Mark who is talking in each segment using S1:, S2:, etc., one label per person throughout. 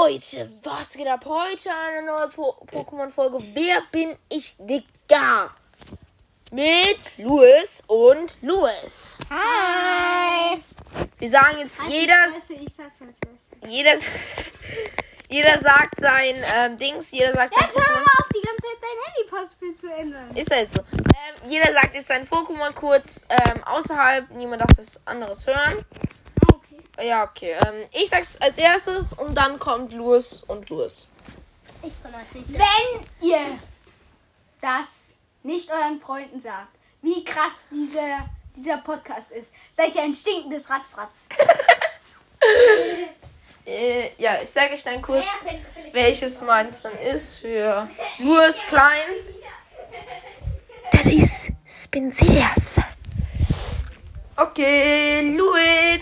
S1: Leute, was geht ab? Heute eine neue po Pokémon-Folge. Wer bin ich, Digga? Mit Louis und Louis.
S2: Hi!
S1: Wir sagen jetzt jeder,
S2: Scheiße, ich sag's als erstes.
S1: jeder, jeder sagt sein ähm, Dings, jeder sagt sein
S2: Jetzt hör
S1: Pokémon.
S2: mal auf, die ganze Zeit dein Handypostspiel zu ändern.
S1: Ist halt so. Ähm, jeder sagt jetzt sein Pokémon kurz ähm, außerhalb. Niemand darf was anderes hören.
S2: Okay.
S1: Ja, okay. Ähm, ich sag's als erstes und dann kommt Louis und Louis.
S2: Ich komme als nächstes. Wenn ihr das nicht euren Freunden sagt, wie krass dieser, dieser Podcast ist, seid ihr ein stinkendes Radfratz.
S1: Äh, ja, ich sage euch dann kurz, welches meins dann ist für Louis Klein. Das ist Spinzias. Okay, Louis,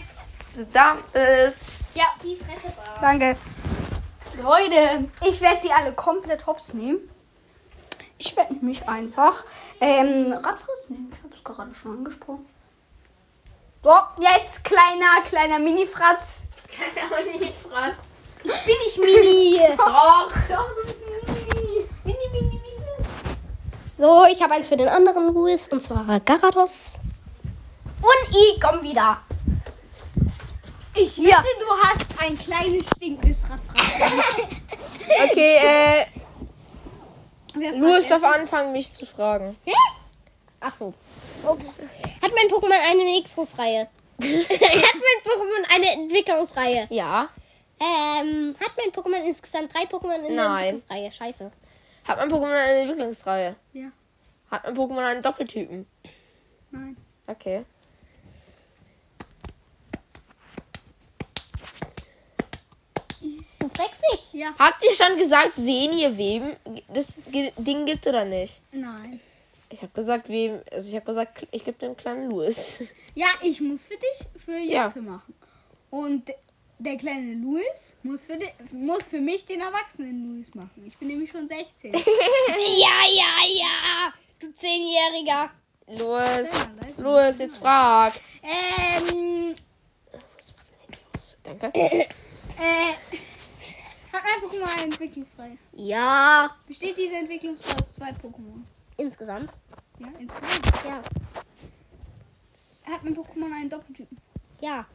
S1: du darfst es.
S2: Ja, die Fresse war. Danke. Leute, ich werde sie alle komplett hops nehmen. Ich werde mich einfach ähm, Radfriss nehmen. Ich habe es gerade schon angesprochen. So, jetzt kleiner, kleiner Mini-Fratz. Bin ich Mini?
S1: Doch.
S3: So, Oh, ich habe eins für den anderen Louis und zwar Garados.
S2: Und ich komm wieder. Ich wette, du hast ein kleines stinkendes Radfratz.
S1: Okay, äh,
S2: Wer
S1: Louis darf anfangen, mich zu fragen.
S3: Hm? Ach so. Ups. Hat mein Pokémon eine Entwicklungsreihe? hat mein Pokémon eine Entwicklungsreihe?
S1: Ja.
S3: Ähm, hat mein Pokémon insgesamt drei Pokémon in der
S1: Nein.
S3: Entwicklungsreihe? Scheiße.
S1: Hat mein Pokémon eine Entwicklungsreihe?
S2: Ja.
S1: Hat mein Pokémon einen Doppeltypen?
S2: Nein.
S1: Okay.
S3: Du fragst mich.
S2: Ja.
S1: Habt ihr schon gesagt, wen ihr wem das Ge- Ding gibt oder nicht?
S2: Nein.
S1: Ich habe gesagt, wem. Also ich habe gesagt, ich gebe dem kleinen Louis.
S2: Ja, ich muss für dich für
S1: Ja.
S2: Jette machen. Und der kleine Louis muss für, di- muss für mich den erwachsenen Louis machen. Ich bin nämlich schon 16.
S3: ja, ja, ja. Du Zehnjähriger.
S1: Louis,
S2: weißt du,
S1: Louis, jetzt frag.
S2: ähm,
S1: Was macht denn der Louis? Danke.
S2: äh, hat ein Pokémon eine Entwicklungsreihe.
S3: Ja.
S2: Besteht diese Entwicklungsreihe aus zwei Pokémon?
S3: Insgesamt?
S2: Ja, insgesamt.
S3: Ja.
S2: Hat mein Pokémon einen Doppeltypen?
S3: Ja.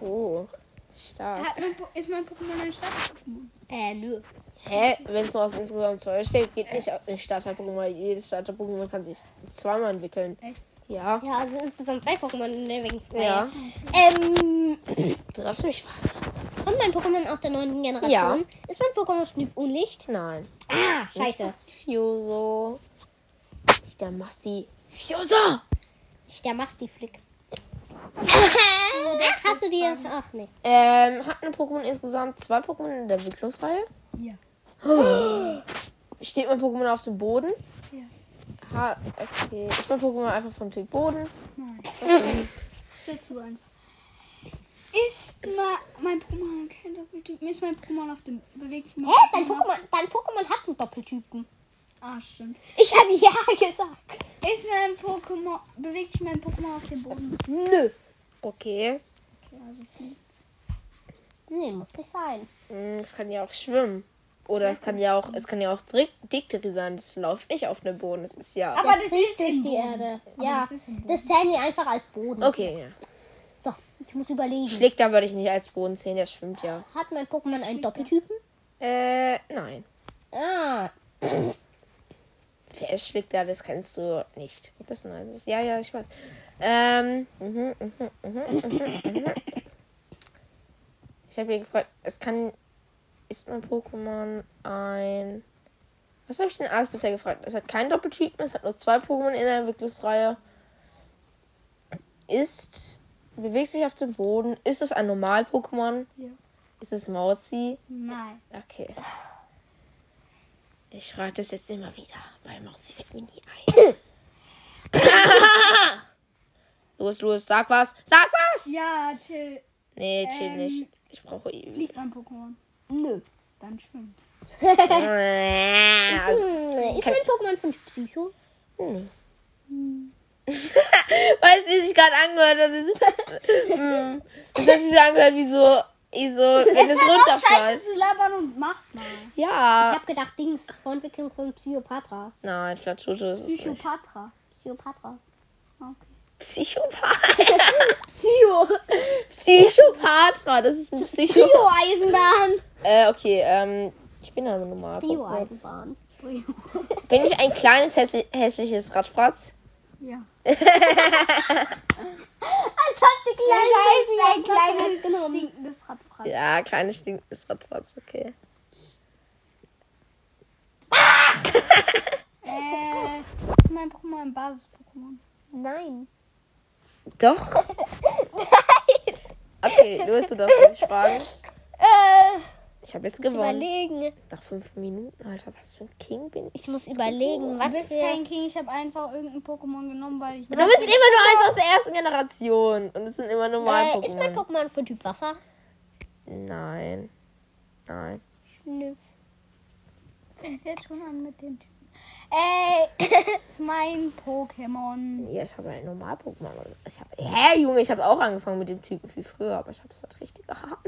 S1: Oh, stark.
S2: Hat mein po ist mein Pokémon ein Stadt-Pokémon?
S3: Äh, nö.
S1: Hä? Wenn es nur aus insgesamt zwei steht, geht nicht auf ein Starter-Pokémon. Jedes Starter-Pokémon kann sich zweimal entwickeln.
S2: Echt?
S1: Ja.
S3: Ja, also insgesamt drei Pokémon in der Entwicklungsreihe.
S1: Ja.
S3: Ähm,
S1: Du darfst mich fragen.
S3: kommt mein Pokémon aus der neunten Generation?
S1: Ja.
S3: Ist mein Pokémon Typ Unlicht?
S1: Nein.
S3: Ah,
S1: Nicht
S3: scheiße.
S1: das Fioso. Nicht der Massi. Fioso!
S3: Nicht der Mastiflick. Ach, hast du dir. Ach nee.
S1: Ähm, hat ein Pokémon insgesamt zwei Pokémon in der Entwicklungsreihe?
S2: Ja.
S1: Steht mein Pokémon auf dem Boden?
S2: Ja.
S1: Ha, okay. Ist mein Pokémon einfach vom Typ Boden?
S2: Nein. Das wäre zu einfach. Ist ma mein Pokémon kein Doppeltypen? Ist mein Pokémon auf dem. Bewegt sich mein
S3: Hä? Dein Pokémon, dein Pokémon hat einen Doppeltypen.
S2: Ah, stimmt.
S3: Ich habe ja gesagt.
S2: Ist mein Pokémon. Bewegt sich mein Pokémon auf dem Boden?
S1: Nö. Okay.
S2: Okay, also fliegt's.
S3: Nee, muss nicht sein.
S1: Hm, Es kann ja auch schwimmen. Oder es kann ja auch, es kann ja auch Dri- Dikteri sein. Das läuft nicht auf dem Boden. Es ist ja.
S2: Aber das
S3: kriecht
S2: ist
S3: durch
S2: im
S3: die
S2: Boden.
S3: Erde.
S2: Aber
S3: ja.
S2: das ist im Boden.
S3: Das zählen wir einfach als Boden.
S1: Okay, ja.
S3: So, ich muss überlegen.
S1: Schlägt da würde ich nicht als Boden sehen, der schwimmt ja.
S3: hat mein Pokémon einen Doppeltypen?
S1: Äh, nein.
S3: Ah.
S1: Wer schlägt da, das kannst du nicht. Das ist nein. Das, ja, ja, ich weiß. Ähm, mhm, mhm, mhm, mhm, mhm. Ich habe mir gefragt, es kann. Ist mein Pokémon ein. Was habe ich denn alles bisher gefragt? Es hat keinen Doppeltypen, es hat nur zwei Pokémon in der Entwicklungsreihe. Ist. Bewegt sich auf dem Boden. Ist es ein Normal-Pokémon?
S2: Ja.
S1: Ist es Mauzi?
S2: Nein.
S1: Okay. Ich rate es jetzt immer wieder, weil Mausi fällt mir nie ein. los, los, sag was. Sag was!
S2: Ja, chill.
S1: Nee, chill
S2: Ähm,
S1: nicht. Ich brauche Ü.
S2: Fliegt mein Pokémon.
S3: Nö.
S2: Dann schwimmt's.
S1: Äh, also,
S3: Hm, ist
S1: kann-
S3: mein Pokémon von Typ Psycho?
S1: Hm. weißt du, wie sich gerade angehört hat? Das, ist, Mm. das hat sich so angehört wie so so, wenn es runterfällt.
S2: Scheiße zu labern und macht Ah. mal.
S3: Ich
S1: Ja.
S3: hab gedacht, Dings, Vorentwicklung von Psychopatra.
S1: Nein, ich glaube, Jojo ist es nicht.
S2: Psychopatra.
S3: Psychopatra.
S1: Psychopath.
S3: Psycho.
S1: Psychopatra, das ist ein Psycho.
S3: Bio-Eisenbahn.
S1: Äh, okay, ähm, ich bin aber normal.
S3: Bio-Eisenbahn.
S1: Bin ich ein kleines, hässli- hässliches Radfratz?
S2: Ja.
S3: Als ob die
S2: Ein
S3: kleinen
S2: kleines,
S3: Eisenbahn genommen.
S2: stinkendes Radfratz.
S1: Ja, kleines, stinkendes Radfratz, okay.
S2: Äh, ist mein Pokémon ein Basis-Pokémon?
S3: Nein.
S1: Doch. Nein. Okay, du hast du darfst mich fragen.
S3: Äh,
S1: Ich habe jetzt
S3: muss
S1: gewonnen.
S3: überlegen.
S1: Nach fünf Minuten, Alter, was für ein King bin ich?
S3: Ich muss überlegen,
S2: Du
S3: was
S2: bist
S3: für...
S2: kein King, ich habe einfach irgendein Pokémon genommen, weil ich.
S1: Du bist immer nur eins aus der ersten Generation und es sind immer normale
S3: Äh, ist mein
S1: Pokémon.
S3: Pokémon von Typ Wasser?
S1: Nein. Nein.
S3: Nö.
S2: fängst jetzt schon an mit den Typen. Äh, ist mein Pokémon.
S1: Ja, ich halt habe ein normal Pokémon. Ich habe, hä, Junge, ich habe auch angefangen mit dem Typen viel früher, aber ich habe es halt richtig gehabt.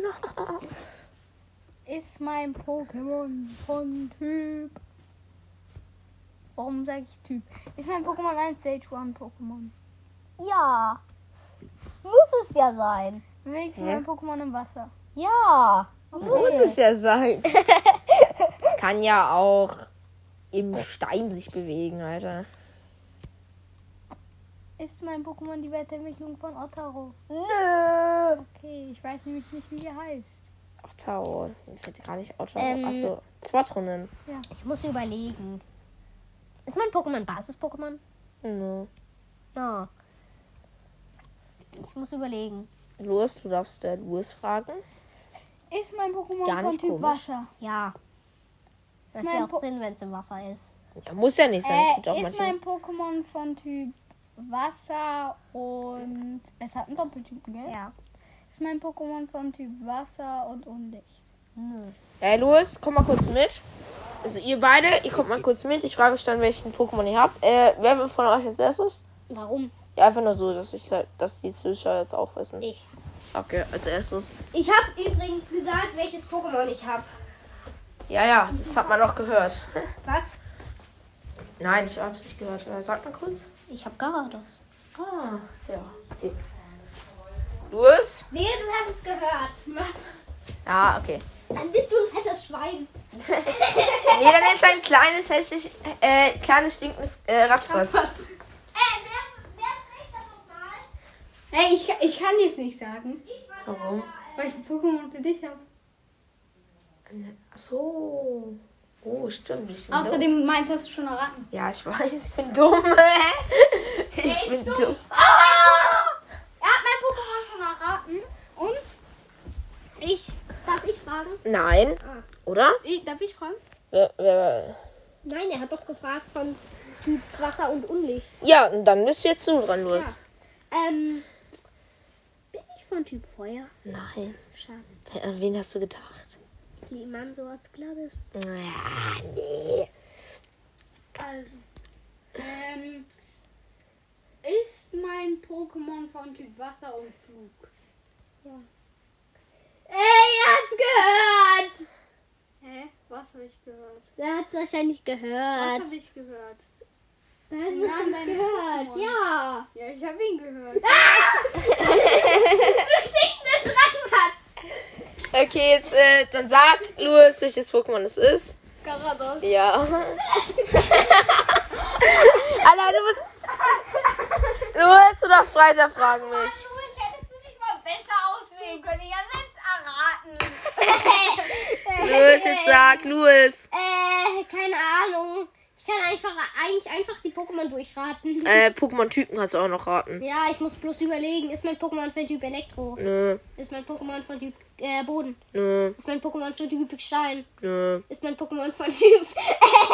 S2: Ist mein Pokémon von Typ. Warum sage ich Typ? Ist mein Pokémon ein Stage 1 Pokémon?
S3: Ja. Muss es ja sein.
S2: Bewegt sich mein Pokémon im Wasser?
S3: Ja.
S1: Muss es ja sein. Es kann ja auch im Stein sich bewegen, Alter.
S2: Ist mein Pokémon die Weiterentwicklung von Ottaro?
S3: Nö.
S2: Okay, ich weiß nämlich nicht, wie er heißt.
S1: Ach, Tau. Mir fällt gar nicht Auto.
S3: Ähm.
S1: Achso, Zwartronen.
S3: Ich muss überlegen. Ist mein Pokémon Basis-Pokémon?
S1: No.
S3: Ja. Ich muss überlegen.
S1: Los, du darfst der Louis fragen.
S2: Ist mein Pokémon
S1: Gar
S2: von
S1: nicht
S2: Typ
S1: komisch.
S2: Wasser?
S3: Ja. Das
S2: mein
S3: macht
S2: Po-
S3: auch Sinn, wenn es im Wasser ist.
S1: Ja, muss ja nicht sein. Es gibt auch
S2: Äh, ist
S1: manche.
S2: mein Pokémon von Typ Wasser und. Es hat einen Doppeltypen, gell?
S3: Ja.
S2: Ist mein Pokémon von Typ Wasser und Undicht.
S3: Nö.
S1: Ey, Louis, komm mal kurz mit. Also, ihr beide, ihr kommt mal kurz mit. Ich frage euch dann, welchen Pokémon ihr habt. Äh, wer von euch als erstes?
S3: Warum?
S1: Ja, einfach nur so, dass ich halt, dass die Zuschauer jetzt auch wissen.
S3: Ich.
S1: Okay, als erstes.
S3: Ich habe übrigens gesagt, welches Pokémon ich habe.
S1: Ja, ja, das hat man noch gehört.
S3: Was?
S1: Nein, ich hab's nicht gehört. Äh, Sag mal kurz.
S3: Ich habe Garados.
S1: Ah, ja. Louis?
S3: Wehe, du hast es gehört.
S1: Ja, okay.
S3: Dann bist du ein fettes Schwein.
S1: Nee, dann ist ein kleines, hässlich, äh, kleines, stinkendes äh, Radfratz.
S2: Ey, ich, ich kann dir es nicht sagen,
S1: Warum?
S2: weil ich ein Pokémon für dich habe.
S1: Ach so. Oh, stimmt. Ich bin dumm.
S2: Außerdem meins hast du schon erraten.
S1: Ja, ich weiß, ich bin dumm. ich bin dumm.
S3: Oh,
S2: Er hat mein Pokémon schon erraten. Und? Ich.
S3: Darf ich fragen?
S1: Nein. Oder?
S2: ich darf ich fragen?
S1: Wer- wer-
S3: Nein, er hat doch gefragt von Typ Wasser und Unlicht.
S1: Ja, und dann bist du jetzt so dran, Louis.
S3: Ähm, bin ich von Typ Feuer?
S1: Nein.
S3: Schade.
S1: Wer- An wen hast du gedacht?
S3: Die Mann so als Gladys.
S1: Ja, nee.
S2: Also. Ähm. Ist mein Pokémon von Typ Wasser und Flug?
S3: Ey, er hat's gehört!
S2: Hä? Was habe ich gehört?
S3: Er hat's wahrscheinlich
S2: Was
S3: gehört.
S2: habe ich gehört?
S3: Du hast
S2: Ja, deine Pokémon.
S3: Ja.
S2: Ja, ich habe ihn gehört.
S3: Du stinkendes Radmatz.
S1: Okay, jetzt äh, dann sag, Louis, welches Pokémon es ist.
S2: Garados.
S1: Ja. Alter, du musst. Louis, du darfst weiter fragen mich.
S3: hättest du dich mal besser auswählen können. Ich hab's jetzt erraten.
S1: Louis, jetzt sag, Louis.
S3: Äh, keine Ahnung. Ich kann einfach, eigentlich einfach die Pokémon durchraten.
S1: Äh, Pokémon-Typen kannst du auch noch raten.
S3: Ja, ich muss bloß überlegen, ist mein Pokémon von Typ Elektro?
S1: Nö,
S3: Ist mein Pokémon von Typ äh, Boden?
S1: nö,
S3: Ist mein Pokémon von Typ Stein?
S1: nö,
S3: Ist mein Pokémon von Typ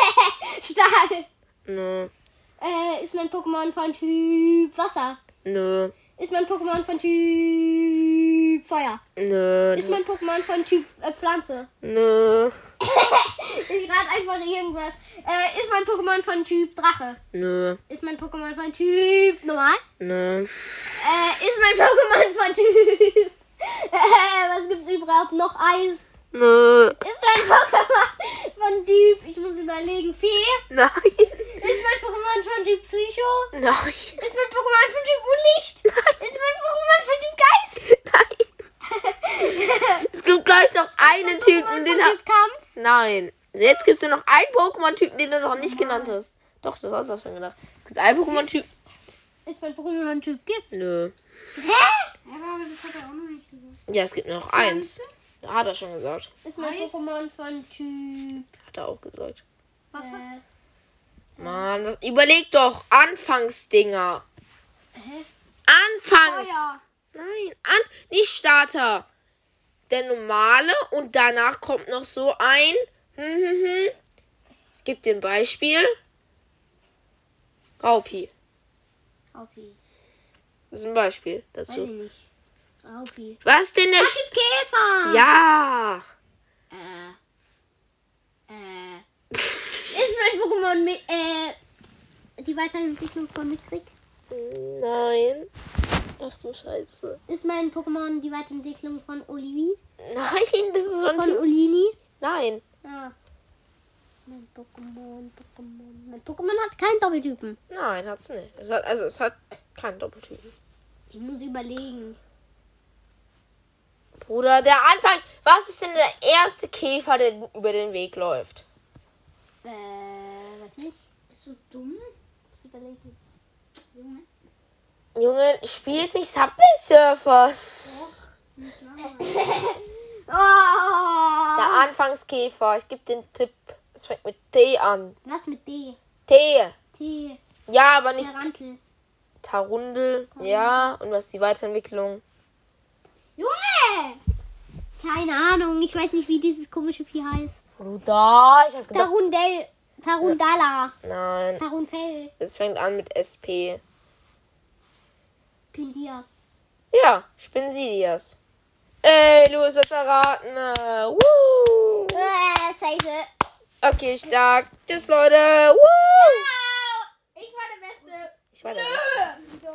S3: Stahl?
S1: nö,
S3: Äh, ist mein Pokémon von Typ Wasser?
S1: nö,
S3: Ist mein Pokémon von Typ Feuer?
S1: nö,
S3: Ist mein
S1: das-
S3: Pokémon von Typ äh, Pflanze?
S1: nö,
S3: Ich rate einfach irgendwas. Äh, ist mein Pokémon von Typ Drache?
S1: nö,
S3: Ist mein Pokémon von Typ normal?
S1: nö.
S3: Äh, ist mein Pokémon von Typ was gibt's überhaupt noch? Eis.
S1: Nö.
S3: Ist mein Pokémon von Typ. Ich muss überlegen. Fee.
S1: Nein.
S3: Ist mein Pokémon von Typ Psycho?
S1: Nein.
S3: Ist mein Pokémon von Typ Unlicht? Ist mein Pokémon von Typ Geist?
S1: Nein. Es gibt gleich noch einen Typen,
S3: Pokémon
S1: den
S3: von
S1: hab.
S3: Typ Kampf?
S1: Nein. Jetzt gibt es nur noch einen Pokémon-Typen, den du noch nicht genannt hast. Doch, das hast du schon gedacht. Es gibt einen Pokémon-Typ.
S3: Ist mein Pokémon von Typ Gift?
S1: Nö.
S2: Aber das hat er auch noch nicht gesagt.
S1: Ja, es gibt nur noch eins. Hat er schon gesagt.
S3: Ist mein
S2: Eis?
S3: Pokémon von Typ.
S1: Hat er auch gesagt.
S2: Was hat
S3: Äh,
S1: Mann, was, überleg doch. Anfangsdinger. Anfangs.
S2: Feuer.
S1: Nein, an, nicht Starter. Der normale und danach kommt noch so ein. Hm, hm, hm. Ich gebe dir ein Beispiel. Raupi.
S3: Raupi.
S1: Das ist ein Beispiel
S3: Weiß
S1: dazu.
S3: ich nicht. Raupi.
S1: Was denn der. Sch
S3: Typ Käfer!
S1: ja.
S3: Äh. Äh. Ist mein Pokémon mit. Äh. Die Weiterentwicklung von Mickrig?
S1: Nein. Ach du Scheiße.
S3: Ist mein Pokémon die Weiterentwicklung von Olivi?
S1: Nein, das ist so ein
S3: Von
S1: Typ.
S3: Olini?
S1: Nein.
S3: Ja. Ist mein Pokémon, Pokémon. Mein Pokémon hat keinen Doppeltypen.
S1: Nein, hat's nicht. Es hat, also es hat keinen Doppeltypen.
S3: Ich muss überlegen.
S1: Bruder, der Anfang. Was ist denn der erste Käfer, der über den Weg läuft?
S3: Äh, weiß nicht.
S2: Bist du dumm?
S3: Muss überlegen.
S2: Junge.
S1: Junge, spielt sich Subway Surfers. Oh. Der
S3: Oh!
S1: Anfangskäfer, ich gebe den Tipp. Es fängt mit T an.
S3: Was mit D?
S1: T.
S3: T.
S1: Ja, aber nicht
S3: Tarantel.
S1: Tarundel. Ja, und was ist die Weiterentwicklung?
S3: Junge! Keine Ahnung, ich weiß nicht, wie dieses komische Vieh heißt.
S1: Bruder, ich hab gedacht.
S3: Tarundel. Tarundala.
S1: Nein,
S3: Tarunfell.
S1: es fängt an mit SP.
S3: Pindias.
S1: Ja, Spinsidias. Ey, Louis hat verraten. äh, Woo.
S3: Äh, scheiße.
S1: Okay, stark. Tschüss, Leute. Woo.
S3: Ich war der Beste.
S1: Ich war der Beste.